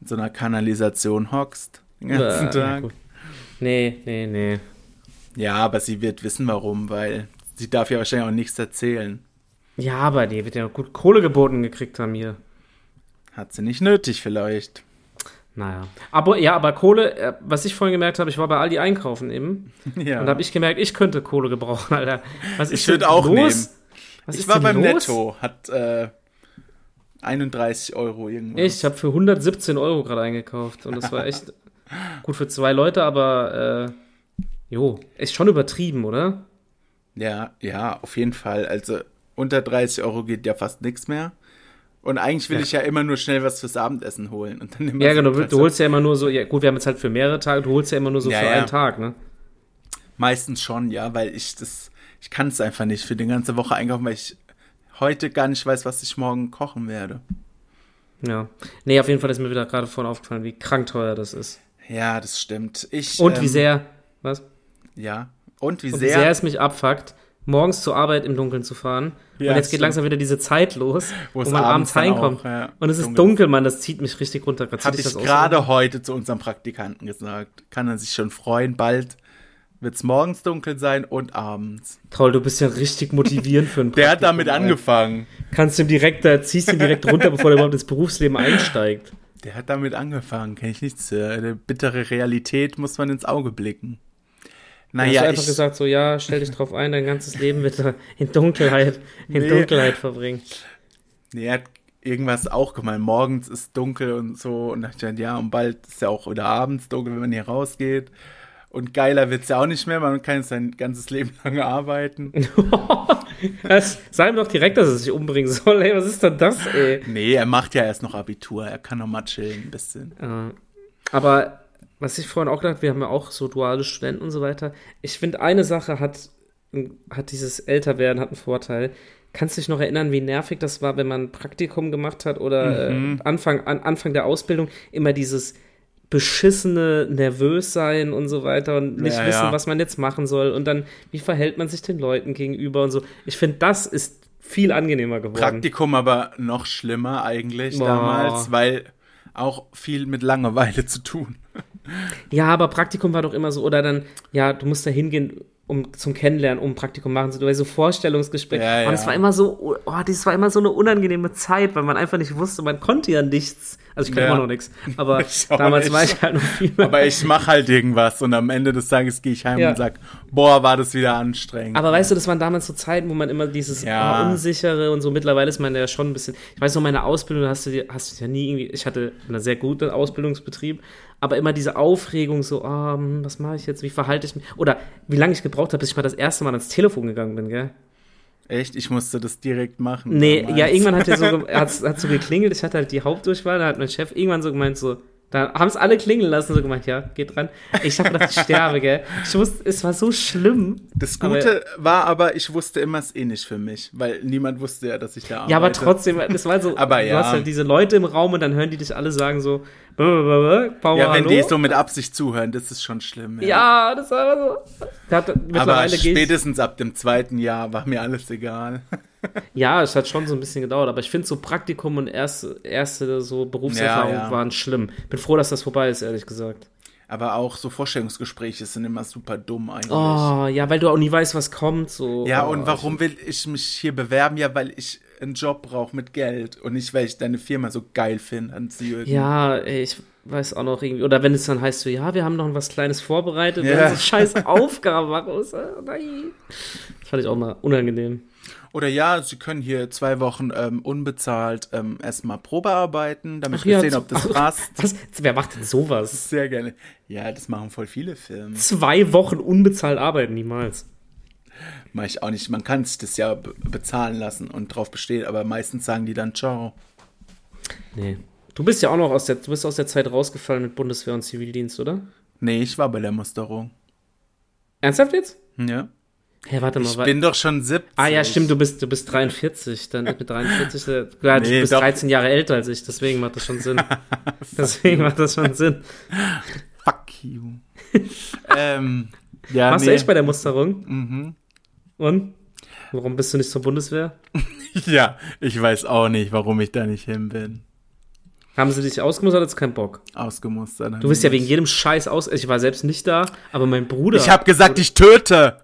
B: in so einer Kanalisation hockst [LAUGHS] den ganzen
C: Äh,
B: Tag.
C: gut. Nee, nee, nee.
B: Ja, aber sie wird wissen, warum, weil sie darf ja wahrscheinlich auch nichts erzählen.
C: Ja, aber die wird ja gut Kohle geboten gekriegt haben hier.
B: Hat sie nicht nötig vielleicht. [LAUGHS]
C: Naja. Aber ja, aber Kohle, äh, was ich vorhin gemerkt habe, ich war bei Aldi einkaufen eben.
B: Ja.
C: Und da habe ich gemerkt, ich könnte Kohle gebrauchen, [LAUGHS] Alter. Was
B: Ich
C: ist denn
B: würd auch
C: los?
B: nehmen.
C: Was
B: ich
C: ist
B: war
C: denn
B: beim
C: los?
B: Netto, hat äh, 31 Euro irgendwas.
C: Ich habe für 117 Euro gerade eingekauft. Und das war
B: [LAUGHS]
C: echt gut für zwei Leute, aber äh, jo, ist schon übertrieben, oder?
B: Ja, ja, auf jeden Fall. Also unter 30 Euro geht ja fast nichts mehr. Und eigentlich will ich ja immer nur schnell was fürs Abendessen holen. Und dann immer
C: Ja,
B: so
C: genau.
B: ein
C: Du,
B: Pretzel.
C: du holst ja immer nur so, ja, gut, wir haben jetzt halt für mehrere Tage, du holst ja immer nur so
B: also Ja,
C: für
B: ja.
C: einen Tag, ne?
B: Meistens schon, ja, weil ich das, ich kann es einfach nicht für die ganze Woche einkaufen, weil ich heute gar nicht weiß, was ich morgen kochen werde.
C: Ja. Nee, auf jeden Fall ist mir wieder gerade vorhin aufgefallen, wie krank teuer das ist.
B: Ja, das stimmt. Ich,
C: Und
B: ähm,
C: wie sehr, was?
B: Ja. Und wie
C: Und wie
B: sehr.
C: sehr es mich abfuckt, morgens zur Arbeit im Dunkeln zu fahren.
B: Ja,
C: und jetzt geht
B: stimmt.
C: langsam wieder diese Zeit los,
B: Wo
C: wo,
B: es
C: man abends
B: abends dann
C: heimkommt.
B: auch, ja,
C: und es ist
B: dunkel
C: dunkel, Mann, das zieht mich richtig runter. Grad zieht
B: Habe
C: dich
B: ich
C: das aus, ne?
B: gerade heute zu unserem Praktikanten gesagt. Kann er sich schon freuen, bald wird's morgens dunkel sein und abends.
C: oder? Paul, du bist ja richtig motivierend
B: [LAUGHS]
C: für einen
B: Der hat damit
C: Praktikum,
B: angefangen.
C: Alter. Kannst du ihm direkt, da ziehst du ihn direkt runter, bevor er überhaupt ins Berufsleben einsteigt.
B: Der hat damit angefangen, kenne ich nichts. zu. Eine bittere Realität muss man ins Auge blicken.
C: Hast
B: Naja,
C: du einfach
B: ich,
C: gesagt, so, ja, stell dich drauf ein, dein ganzes Leben wird er in Dunkelheit, in
B: Nee.
C: Dunkelheit verbringen. [LAUGHS]
B: nee, er hat irgendwas auch gemeint. Morgens ist dunkel und so. Und dachte ich, dann, ja, und bald ist ja auch oder abends dunkel, wenn man hier rausgeht. Und geiler wird's ja auch nicht mehr. Man kann jetzt sein ganzes [LAUGHS] Leben lang arbeiten.
C: Das, sag ihm doch direkt, dass er sich umbringen soll, ey, was ist denn das, ey?
B: Nee, er macht ja erst noch Abitur. Er kann noch mal chillen ein bisschen.
C: Äh, aber was ich vorhin auch gedacht, wir haben ja auch so duale Studenten und so weiter. Ich finde, eine Sache hat, hat dieses Älterwerden hat einen Vorteil. Kannst du dich noch erinnern, wie nervig das war, wenn man ein Praktikum gemacht hat oder
B: Mhm.
C: äh, Anfang, an, Anfang der Ausbildung immer dieses beschissene nervös sein und so weiter und nicht
B: Ja, ja.
C: wissen, was man jetzt machen soll und dann wie verhält man sich den Leuten gegenüber und so. Ich finde, das ist viel angenehmer geworden.
B: Praktikum aber noch schlimmer eigentlich
C: Boah.
B: damals, weil auch viel mit Langeweile zu tun.
C: Ja, aber Praktikum war doch immer so, oder dann, ja, du musst da hingehen, um zum Kennenlernen, um Praktikum machen zu dürfen, so Vorstellungsgespräche.
B: Ja, ja.
C: Und es war immer so, oh, das war immer so eine unangenehme Zeit, weil man einfach nicht wusste, man konnte ja nichts. Also ich kann
B: Ja.
C: immer noch nichts,
B: [LAUGHS]
C: aber
B: Ich auch
C: damals
B: nicht.
C: war ich halt noch viel mehr.
B: Aber ich mache halt irgendwas und am Ende des Tages gehe ich heim
C: Ja.
B: und sag, boah, war das wieder anstrengend.
C: Aber weißt du, das waren damals so Zeiten, wo man immer dieses
B: Ja.
C: ah, Unsichere und so. Mittlerweile ist man ja schon ein bisschen. Ich weiß noch, meine Ausbildung da hast du, dir- hast du ja nie irgendwie. Ich hatte einen sehr guten Ausbildungsbetrieb, aber immer diese Aufregung, so, ah, hm, was mache ich jetzt, wie verhalte ich mich? Oder wie lange ich gebraucht habe, bis ich mal das erste Mal ans Telefon gegangen bin, gell?
B: Echt? Ich musste das direkt machen.
C: Nee,
B: damals.
C: ja, irgendwann hat er so,
B: [LAUGHS]
C: ge- hat's, hat so geklingelt. Ich hatte halt die Hauptdurchwahl. Da hat mein Chef irgendwann so gemeint, so, da haben es alle klingeln lassen, so gemeint, ja, geht dran. Ich habe gedacht, ich sterbe, gell? Ich wusste, es war so schlimm.
B: Das Gute war aber, ich wusste immer es eh nicht für mich, weil niemand wusste ja, dass ich da arbeite.
C: Ja, aber trotzdem, das war so,
B: [LAUGHS] Aber ja.
C: du hast halt diese Leute im Raum und dann hören die dich alle sagen so, "Bäh, bäh, bäh, Power,
B: Ja, wenn
C: hallo.
B: die so mit Absicht zuhören, das ist schon schlimm.
C: ja, das war immer so. Da hat,
B: aber
C: mittlerweile gehe ich,
B: spätestens ab dem zweiten Jahr war mir alles egal.
C: Ja, es hat schon so ein bisschen gedauert, aber ich finde so Praktikum und erste, erste so Berufserfahrung
B: Ja, ja.
C: waren schlimm. Bin froh, dass das vorbei ist, ehrlich gesagt.
B: Aber auch so Vorstellungsgespräche sind immer super dumm eigentlich.
C: Oh, ja, weil du auch nie weißt, was kommt. So.
B: Ja,
C: oh,
B: und warum will ich mich hier bewerben? Ja, weil ich einen Job brauche mit Geld und nicht, weil ich deine Firma so geil finde an Jürgen.
C: Ja, ey, ich weiß auch noch irgendwie. Oder wenn es dann heißt so, ja, wir haben noch was Kleines vorbereitet, wir
B: Ja.
C: haben so scheiß Aufgaben machen müssen. Oh, Nein. Das fand ich auch mal unangenehm.
B: Oder ja, sie können hier zwei Wochen ähm, unbezahlt ähm, erstmal Probe arbeiten, damit wir
C: ja,
B: sehen, ob
C: [LAUGHS]
B: das
C: ach,
B: passt.
C: Was? Wer macht denn sowas?
B: Sehr gerne. Ja, das machen voll viele Filme.
C: Zwei Wochen unbezahlt arbeiten, niemals.
B: Mach ich auch nicht. Man kann sich das ja be- bezahlen lassen und drauf bestehen, aber meistens sagen die dann ciao.
C: Nee. Du bist ja auch noch aus der, du bist aus der Zeit rausgefallen mit Bundeswehr und Zivildienst, oder?
B: Nee, ich war bei der Musterung.
C: Ernsthaft jetzt?
B: Ja.
C: Hä, warte mal.
B: Ich
C: wa-
B: bin doch schon 17.
C: ah ja, stimmt, du bist, du bist 43. Dann mit 43,
B: [LAUGHS]
C: äh, klar,
B: Nee,
C: du bist
B: doch.
C: 13 Jahre älter als ich, deswegen macht das schon
B: [LAUGHS]
C: Sinn. [LAUGHS] deswegen macht das schon Sinn.
B: Fuck you. [LAUGHS] ähm, ja,
C: Warst
B: nee.
C: du echt bei der Musterung? Mhm. Und? Warum bist du nicht zur Bundeswehr?
B: ja, ich weiß auch nicht, warum ich da nicht hin bin.
C: Haben sie dich ausgemustert, hat's keinen Bock.
B: Ausgemustert.
C: Du bist ja wegen jedem Scheiß aus. Ich war selbst nicht da, aber mein Bruder.
B: Ich habe gesagt, ich töte.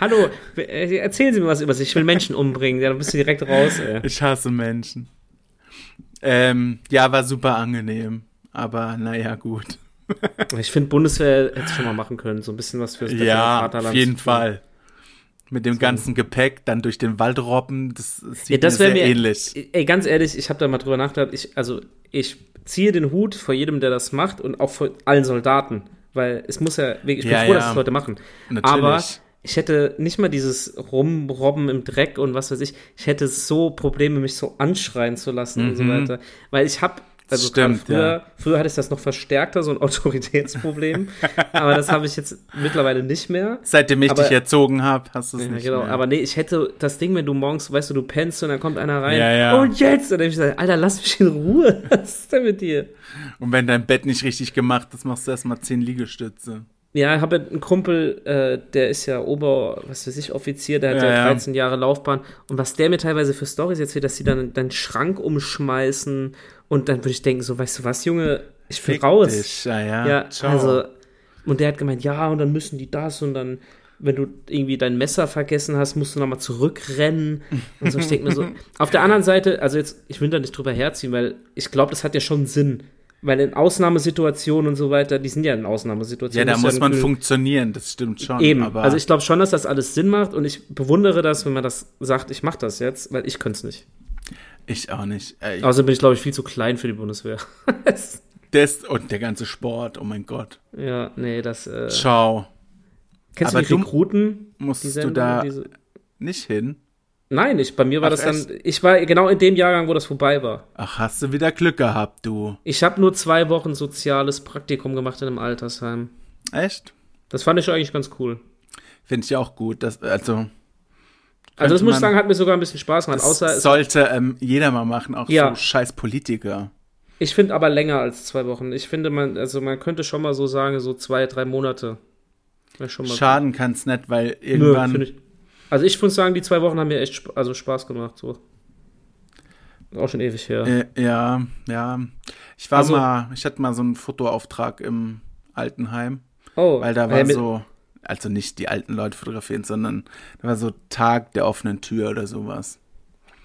C: Hallo, äh, erzählen Sie mir was über sich. Ich will Menschen umbringen. Ja, dann bist du direkt raus,
B: [LAUGHS]
C: ey.
B: Ich hasse Menschen. Ähm, ja, war super angenehm. Aber naja, gut.
C: Ich finde, Bundeswehr hätte schon mal machen können. So ein bisschen was fürs
B: Ja,
C: Vaterland
B: auf
C: zu
B: jeden
C: tun.
B: Fall. Mit dem ganzen Gepäck dann durch den Wald robben, das sieht
C: Ja, das
B: mir
C: wäre
B: sehr
C: mir
B: ähnlich.
C: Ey, ganz ehrlich, ich habe da mal drüber nachgedacht. Ich, also, ich ziehe den Hut vor jedem, der das macht und auch vor allen Soldaten. Weil es muss ja, ich bin
B: Ja,
C: froh,
B: ja.
C: dass es Leute machen.
B: Natürlich.
C: Aber ich hätte nicht mal dieses Rumrobben im Dreck und was weiß ich. Ich hätte so Probleme, mich so anschreien zu lassen und so weiter. Weil ich habe, also gerade
B: Mhm. Stimmt,
C: früher,
B: ja.
C: früher hatte ich das noch verstärkter, so ein
B: [LAUGHS]
C: Autoritätsproblem. aber das habe ich jetzt mittlerweile nicht mehr.
B: Seitdem ich
C: aber-
B: dich erzogen habe, hast du es
C: Ja,
B: nicht
C: genau,
B: mehr.
C: aber nee, ich hätte das Ding, wenn du morgens, weißt du, du pennst und dann kommt einer rein.
B: Ja, ja.
C: Und jetzt! Und dann hab ich gesagt, Alter, lass mich in Ruhe. [LAUGHS] Was ist denn mit dir?
B: Und wenn dein Bett nicht richtig gemacht ist, machst du erstmal 10 Liegestütze.
C: Ja, ich habe einen Kumpel, äh, der ist ja Ober, was weiß ich, Offizier, der hat
B: Ja,
C: ja,
B: ja.
C: 13 Jahre Laufbahn. Und was der mir teilweise für Stories erzählt, dass sie dann deinen Schrank umschmeißen und dann würde ich denken, so, weißt du was, Junge, ich will
B: Fick
C: raus.
B: dich. Ja, ja.
C: Ja,
B: Ciao.
C: also, und der hat gemeint, ja, und dann müssen die das und dann, wenn du irgendwie dein Messer vergessen hast, musst du nochmal zurückrennen. Und so, ich denke mir
B: [LAUGHS]
C: so. Auf der anderen Seite, also jetzt, ich will da nicht drüber herziehen, weil ich glaube, das hat ja schon Sinn. Weil in Ausnahmesituationen und so weiter, die sind ja in
B: ja,
C: Ausnahmesituationen.
B: da
C: Das ist
B: muss
C: ein
B: man
C: Gefühl-
B: funktionieren, das stimmt schon.
C: Eben,
B: aber
C: also ich glaube schon, dass das alles Sinn macht und ich bewundere das, wenn man das sagt, ich mache das jetzt, weil ich könnte es nicht.
B: ich auch nicht. Äh,
C: Außerdem bin ich, glaube ich, viel zu klein für die Bundeswehr. [LAUGHS]
B: das und der ganze Sport, oh mein Gott.
C: ja, nee, das. Äh,
B: Ciao.
C: kennst du
B: aber
C: die
B: du-
C: Rekruten? Die
B: Musstest du
C: Sendung,
B: da
C: diese-
B: nicht hin?
C: Nein, ich, bei mir war
B: Ach,
C: das dann, ich war genau in dem Jahrgang, wo das vorbei war.
B: Ach, hast du wieder Glück gehabt, du.
C: Ich habe nur zwei Wochen soziales Praktikum gemacht in einem Altersheim.
B: Echt?
C: Das fand ich eigentlich ganz cool.
B: Finde ich auch gut. Das, also,
C: Also das
B: Könnte
C: muss ich
B: man-
C: sagen, hat mir sogar ein bisschen Spaß gemacht. Außer es,
B: sollte ähm, jeder mal machen, auch
C: Ja.
B: so scheiß Politiker.
C: ich finde aber länger als zwei Wochen. Ich finde man, also man könnte schon mal so sagen, so zwei, drei Monate. Wär schon mal
B: Schaden kann's nicht, weil
C: Nö,
B: irgendwann.
C: find ich, also ich muss sagen, die zwei Wochen haben mir echt sp- also Spaß gemacht. So. Auch schon ewig her.
B: äh, ja, ja. Ich war
C: Also-
B: mal, ich hatte mal so einen Fotoauftrag im Altenheim,
C: oh,
B: weil da war
C: mit-
B: so, also nicht die alten Leute fotografieren, sondern da war so Tag der offenen Tür oder sowas.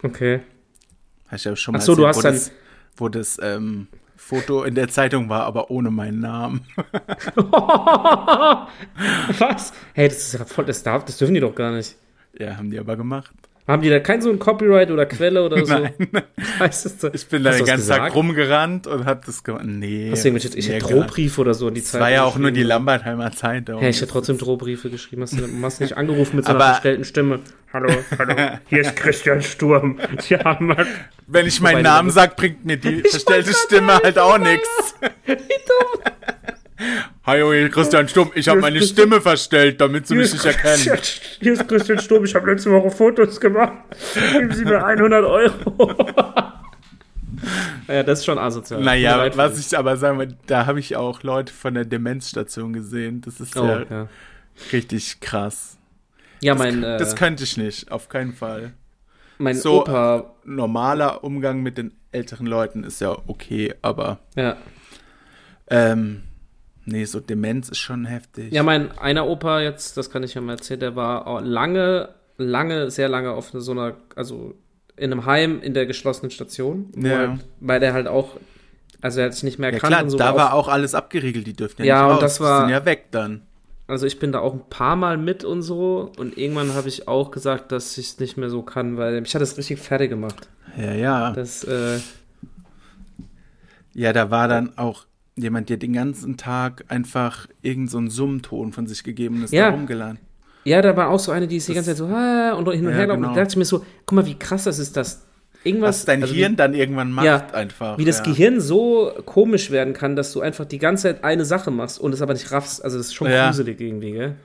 C: Okay. [LAUGHS]
B: Hab ich ja schon
C: Ach
B: mal
C: so, du
B: erzählt,
C: hast
B: wo das, wo das ähm, Foto in der Zeitung war, aber ohne meinen Namen. [LAUGHS]
C: Was? Hey, das ist ja voll, das darf, das dürfen die doch gar nicht.
B: Ja, haben die aber gemacht.
C: Haben die da kein so ein Copyright oder Quelle oder so? [LAUGHS]
B: Nein.
C: Heißt es so?
B: Ich bin da
C: Hast du
B: den
C: was
B: ganzen Tag
C: gesagt?
B: rumgerannt und hab das gemacht. Nee.
C: Hast du irgendwelche, ich hätte
B: nee, gar-
C: Drohbriefe oder so in die
B: Es
C: Zeit.
B: war ja auch nur die Lambertheimer Zeitung.
C: Hey, ich hätte trotzdem Drohbriefe geschrieben. Hast du hast nicht angerufen mit so einer
B: Aber-
C: verstellten Stimme. Hallo, hallo, hier ist Christian Sturm. Ja, Mann.
B: [LAUGHS] Wenn ich
C: Wobei
B: meinen
C: du-
B: Namen sag, bringt
C: [LAUGHS]
B: mir die verstellte
C: wollte
B: Stimme halt auch nichts. Hallo, hier ist Christian Stumm, ich
C: Hier
B: habe
C: ist
B: meine
C: Christian-
B: Stimme verstellt, damit sie mich nicht erkennen.
C: Hier ist Christian Sturm. Ich habe letzte Woche Fotos gemacht. Geben Sie mir 100
B: [LAUGHS]
C: Euro. ja, das ist schon asozial. Tut mir
B: Naja,
C: leid für
B: was
C: dich.
B: ich aber sagen will, da habe ich auch Leute von der Demenzstation gesehen. Das ist
C: Oh,
B: ja
C: ja.
B: richtig krass.
C: Ja, mein, äh,
B: Das könnte ich nicht, auf keinen Fall.
C: mein
B: so-
C: Opa,
B: Normaler Umgang mit den älteren Leuten ist ja okay, aber
C: ja,
B: ähm, Nee, so Demenz ist schon heftig.
C: Ja, mein einer Opa jetzt, das kann ich ja mal erzählen, der war auch lange, lange, sehr lange auf so einer, also in einem Heim in der geschlossenen Station, wo
B: Ja.
C: halt, weil der halt auch, also er hat sich nicht mehr
B: ja
C: erkannt
B: klar,
C: und so.
B: da
C: auf-
B: war auch alles abgeriegelt, die dürfen ja,
C: Ja, und
B: nicht raus.
C: das
B: die
C: war-
B: sind ja weg dann.
C: also ich bin da auch ein paar Mal mit und so und irgendwann habe ich auch gesagt, dass ich es nicht mehr so kann, weil mich hat das richtig fertig gemacht.
B: Ja, ja.
C: Das, äh,
B: Ja, da war dann auch jemand, der den ganzen Tag einfach irgendeinen so einen Summton von sich gegeben und ist
C: Ja.
B: da rumgelandet.
C: ja, da war auch so eine, die ist die
B: Das-
C: ganze Zeit so ah, und hin und
B: Ja,
C: her gelaufen.
B: genau.
C: und da dachte ich mir so, guck mal, wie krass das ist, dass irgendwas,
B: Was dein
C: also
B: Hirn dann irgendwann macht,
C: Ja,
B: einfach.
C: wie, wie das
B: ja.
C: Gehirn so komisch werden kann, dass du einfach die ganze Zeit eine Sache machst und es aber nicht raffst. Also das ist schon
B: Ja.
C: gruselig irgendwie, gell?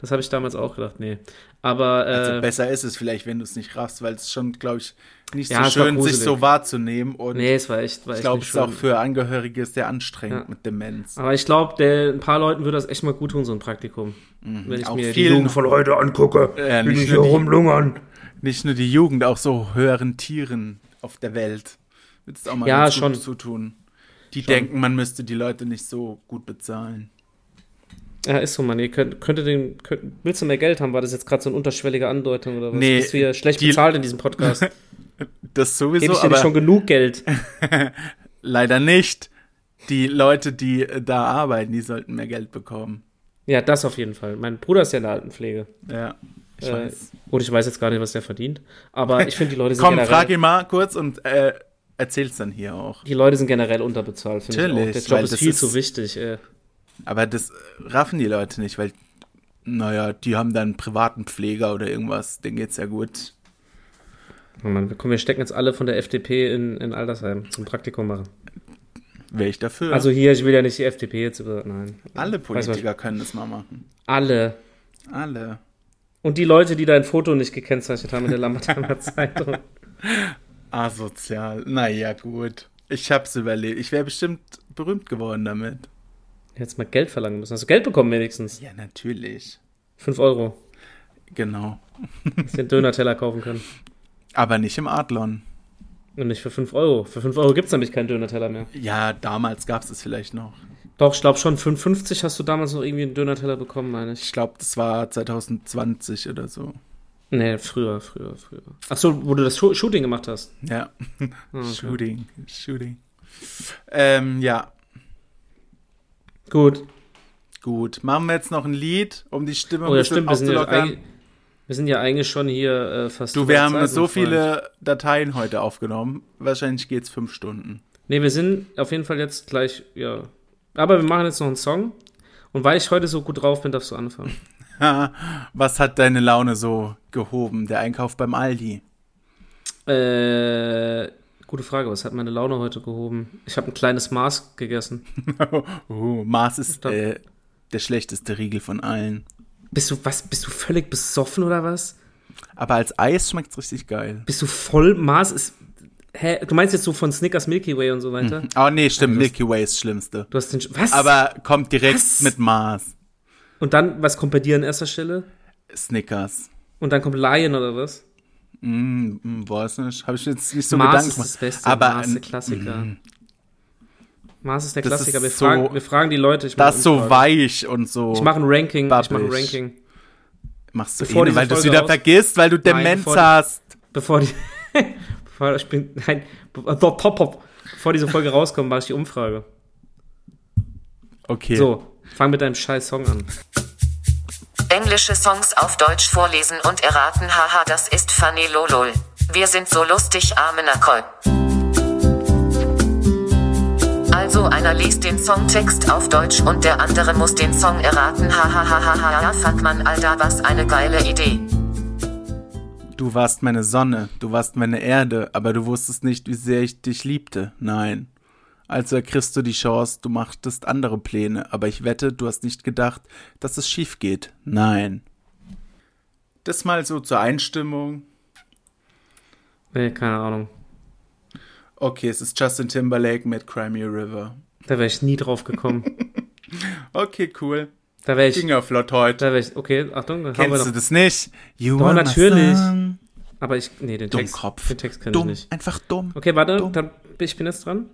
C: Das habe ich damals auch gedacht, nee. Aber äh,
B: Also besser ist es vielleicht, wenn du es nicht raffst, weil es schon, glaube ich, nicht
C: Ja,
B: so
C: es war
B: schön, sich
C: gruselig.
B: so wahrzunehmen. Und
C: nee, es war echt, war
B: ich
C: echt
B: glaube,
C: nicht
B: es ist auch
C: schön.
B: für Angehörige sehr anstrengend
C: Ja.
B: mit Demenz.
C: Aber ich glaube, ein paar Leuten würde das echt mal gut tun, so ein Praktikum. Wenn ich
B: Mhm, Auch
C: mir die
B: vielen-
C: Jugend von heute angucke,
B: Ja,
C: wie die
B: nicht
C: hier
B: nur die-
C: rumlungern.
B: Nicht nur die Jugend, auch so höheren Tieren auf der Welt. Willst du auch mal
C: Ja,
B: ganz
C: schon.
B: gut zu tun. Die denken, man müsste die Leute nicht so gut bezahlen.
C: Ja, ist so, Mann. Ihr könnt, könnte den, könnt, willst du mehr Geld haben? War das jetzt gerade so eine unterschwellige Andeutung oder was?
B: Nee,
C: Bist du hier schlecht
B: die-
C: bezahlt in diesem
B: [LAUGHS]
C: Podcast?
B: Das
C: Gebe
B: sowieso,
C: ich dir
B: aber
C: nicht schon genug Geld?
B: leider nicht. Die Leute, die äh, da arbeiten, die sollten mehr Geld bekommen.
C: Ja, das auf jeden Fall. Mein Bruder ist ja in der Altenpflege.
B: Ja, ich
C: Äh,
B: weiß.
C: Oder ich weiß jetzt gar nicht, was der verdient. Aber ich finde, die Leute sind
B: Komm,
C: generell,
B: frag ihn mal kurz und äh, erzähl's dann hier auch.
C: die Leute sind generell unterbezahlt. finde ich auch.
B: Natürlich,
C: Der Job
B: weil
C: ist
B: das
C: viel
B: ist-
C: zu wichtig. Äh.
B: Aber das äh, raffen die Leute nicht, weil, naja, die haben dann einen privaten Pfleger oder irgendwas, denen geht's ja gut.
C: Oh Mann, komm, wir stecken jetzt alle von der FDP in, in Altersheim zum Praktikum machen.
B: Wäre ich dafür.
C: Also hier, ich will ja nicht die FDP jetzt über. Nein.
B: alle
C: Weiß was-
B: Politiker können das mal machen.
C: Alle.
B: Alle.
C: Und die Leute, die dein Foto nicht gekennzeichnet haben in der
B: [LAUGHS]
C: Lambertaner Zeitung.
B: Asozial. Naja, gut. Ich hab's überlebt. Ich wäre bestimmt berühmt geworden damit.
C: Jetzt mal Geld verlangen müssen. Hast du Geld bekommen wenigstens?
B: Ja, natürlich.
C: Fünf Euro.
B: Genau.
C: Hast den Döner-Teller kaufen können.
B: Aber nicht im Adlon.
C: Und nicht für fünf Euro. Für fünf Euro gibt's nämlich keinen Döner-Teller mehr.
B: Ja, damals gab's es vielleicht noch.
C: Doch, ich glaube schon, 5,50 hast du damals noch irgendwie einen Döner-Teller bekommen, meine ich.
B: Ich glaube, das war 2020 oder so.
C: Nee, früher, früher, früher. Ach so, wo du das Sho- Shooting gemacht hast.
B: Ja.
C: Ah, [LAUGHS] okay.
B: Shooting. Shooting. Ähm, ja,
C: Gut.
B: gut. Machen wir jetzt noch ein Lied, um die Stimme ein
C: Oh, ja,
B: bisschen
C: stimmt. Wir sind ja,
B: aufzulockern.
C: eigentlich- wir sind ja eigentlich schon hier äh, fast.
B: Du,
C: über
B: wir
C: der
B: haben
C: Zeit,
B: so
C: mein Freund.
B: viele Dateien heute aufgenommen. Wahrscheinlich geht's fünf Stunden.
C: Nee, wir sind auf jeden Fall jetzt gleich, ja. Aber wir machen jetzt noch einen Song. Und weil ich heute so gut drauf bin, darfst du anfangen.
B: Was hat deine Laune so gehoben? Der Einkauf beim Aldi. [LAUGHS]
C: äh, gute Frage. Was hat meine Laune heute gehoben? Ich habe ein kleines Maß gegessen.
B: uh, Mars ist
C: Stopp.
B: äh, der schlechteste Riegel von allen.
C: Bist du was? Bist du völlig besoffen oder was?
B: Aber als Eis schmeckt's richtig geil.
C: Bist du voll Mars ist. Hä? Du meinst jetzt so von Snickers Milky Way und so weiter?
B: Oh nee,
C: Also das-
B: stimmt. Milky Way ist das Schlimmste.
C: Du hast den. Sch- Was?
B: Aber kommt direkt
C: Was?
B: mit Mars.
C: und dann, was kommt bei dir an erster Stelle?
B: Snickers.
C: Und dann kommt Lion oder was?
B: Mm, mm, weiß nicht. Habe ich mir jetzt nicht so
C: Mars
B: Gedanken
C: ist das Beste.
B: Aber
C: Mars ist der
B: ähm,
C: Klassiker. Mars ist der
B: Das
C: Klassiker.
B: ist
C: Wir,
B: so-
C: fragen, wir fragen die Leute. Ich
B: das
C: mach
B: ist so
C: Umfragen.
B: weich und so.
C: Ich mache ein Ranking. Ich mache ein
B: babbelig.
C: Ranking.
B: Machst du eh,
C: bevor
B: nicht,
C: diese
B: weil du es
C: Folge
B: wieder
C: raus-
B: vergisst, weil du Demenz
C: bevor die-
B: hast.
C: Bevor die. [LAUGHS] bevor ich bin. Nein. be- Top, top, top. Bevor diese Folge rauskommt, mache ich die Umfrage.
B: Okay.
C: So, fang mit deinem scheiß Song an.
D: Englische Songs auf Deutsch vorlesen und erraten. Haha, das ist funny lolol. Wir sind so lustig, arme Nacol. Also einer liest den Songtext auf Deutsch und der andere muss den Song erraten. Hahaha, fand man Alter, was eine geile Idee.
B: Du warst meine Sonne, du warst meine Erde, aber du wusstest nicht, wie sehr ich dich liebte. Nein. Also ergriffst du die Chance, du machtest andere Pläne, aber ich wette, du hast nicht gedacht, dass es schief geht. Nein. Das mal so zur Einstimmung.
C: Nee, keine Ahnung.
B: Okay, es ist Justin Timberlake mit Crimea River.
C: Da wäre ich nie drauf gekommen.
B: Okay, cool.
C: Da wäre ich.
B: Ging ja flott heute.
C: Da wäre ich. Okay, Achtung, haben wir
B: Kennst du
C: noch.
B: das nicht? You
C: Doch,
B: are my
C: natürlich.
B: sun.
C: Aber ich. Nee, den Text.
B: Dummkopf.
C: Den Text kenne ich
B: Dumm,
C: nicht.
B: einfach dumm.
C: Okay, warte,
B: Dumm.
C: dann, ich bin jetzt dran.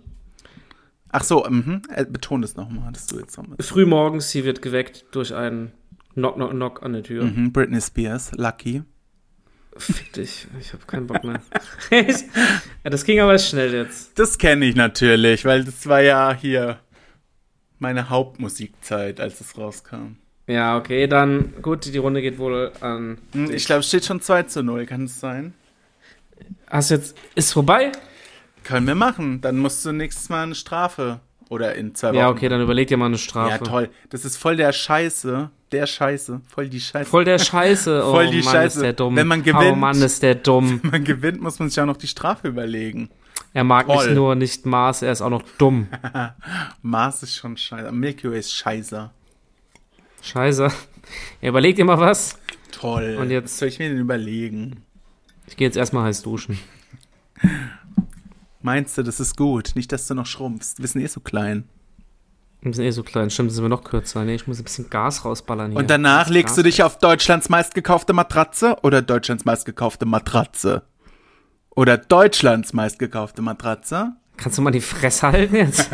B: Ach so, mhm. Äh, betone es nochmal, dass du jetzt nochmal.
C: Frühmorgens, sie wird geweckt durch einen Knock, Knock, Knock an der Tür.
B: Mhm. Britney Spears, Lucky.
C: Fick dich, ich habe keinen Bock mehr. [LAUGHS] Ich- ja, das ging aber schnell jetzt.
B: Das kenne ich natürlich, weil das war ja hier meine Hauptmusikzeit, als es rauskam.
C: Ja, okay, dann gut, die Runde geht wohl an.
B: Hm, Ich glaube, es steht schon 2 zu 0, kann es sein?
C: Hast du jetzt. Ist vorbei?
B: Können wir machen. Dann musst du nächstes Mal eine Strafe. Oder in zwei Wochen.
C: Ja, okay, dann überleg dir mal eine Strafe.
B: Ja, toll. Das ist voll der Scheiße. Der Scheiße. Voll die Scheiße.
C: Voll der
B: [LAUGHS]
C: Scheiße. Oh
B: Voll die
C: Mann,
B: Scheiße.
C: ist der dumm.
B: Wenn man
C: Oh
B: gewinnt.
C: Mann, ist der dumm.
B: Wenn man gewinnt, muss man sich auch noch die Strafe überlegen.
C: Er mag
B: Toll.
C: nicht nur nicht Maß, er ist auch noch dumm.
B: Mars ist schon scheiße. Milky Way ist scheiße.
C: Scheiße. Ja, überleg dir mal was.
B: Toll.
C: Und jetzt-
B: Was soll ich mir denn überlegen?
C: Ich gehe jetzt erstmal heiß duschen.
B: Meinst du, das ist gut? Nicht, dass du noch schrumpfst. Wir sind eh so klein.
C: Wir sind eh so klein. Stimmt, sind wir noch kürzer. Nee, ich muss ein bisschen Gas rausballern hier.
B: Und danach
C: Das
B: legst du
C: Gas.
B: dich auf Deutschlands meistgekaufte Matratze oder Deutschlands meistgekaufte Matratze? Oder Deutschlands meistgekaufte Matratze?
C: Kannst du mal die Fresse halten
B: [LAUGHS]
C: jetzt?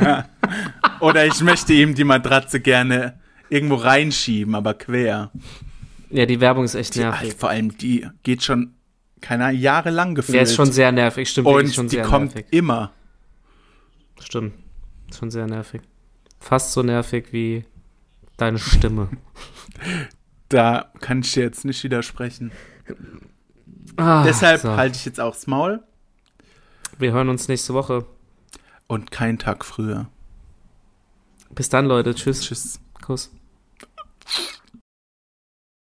B: Oder ich möchte ihm die Matratze gerne irgendwo reinschieben, aber quer.
C: ja, die Werbung ist echt
B: Die, ah,
C: nervig.
B: vor allem die geht schon keiner jahrelang gefühlt.
C: Der ist schon sehr nervig. Stimmt, die ist
B: und
C: schon
B: die
C: sehr
B: kommt
C: nervig.
B: immer.
C: Stimmt. Ist Schon sehr nervig. Fast so nervig wie deine Stimme.
B: Da kann ich dir jetzt nicht widersprechen.
C: Ah,
B: [LAUGHS] Deshalb halt
C: so.
B: halte ich jetzt auch das Maul
C: Wir hören uns nächste Woche.
B: und keinen Tag früher.
C: Bis dann, Leute. Tschüss.
B: Tschüss.
C: Kuss.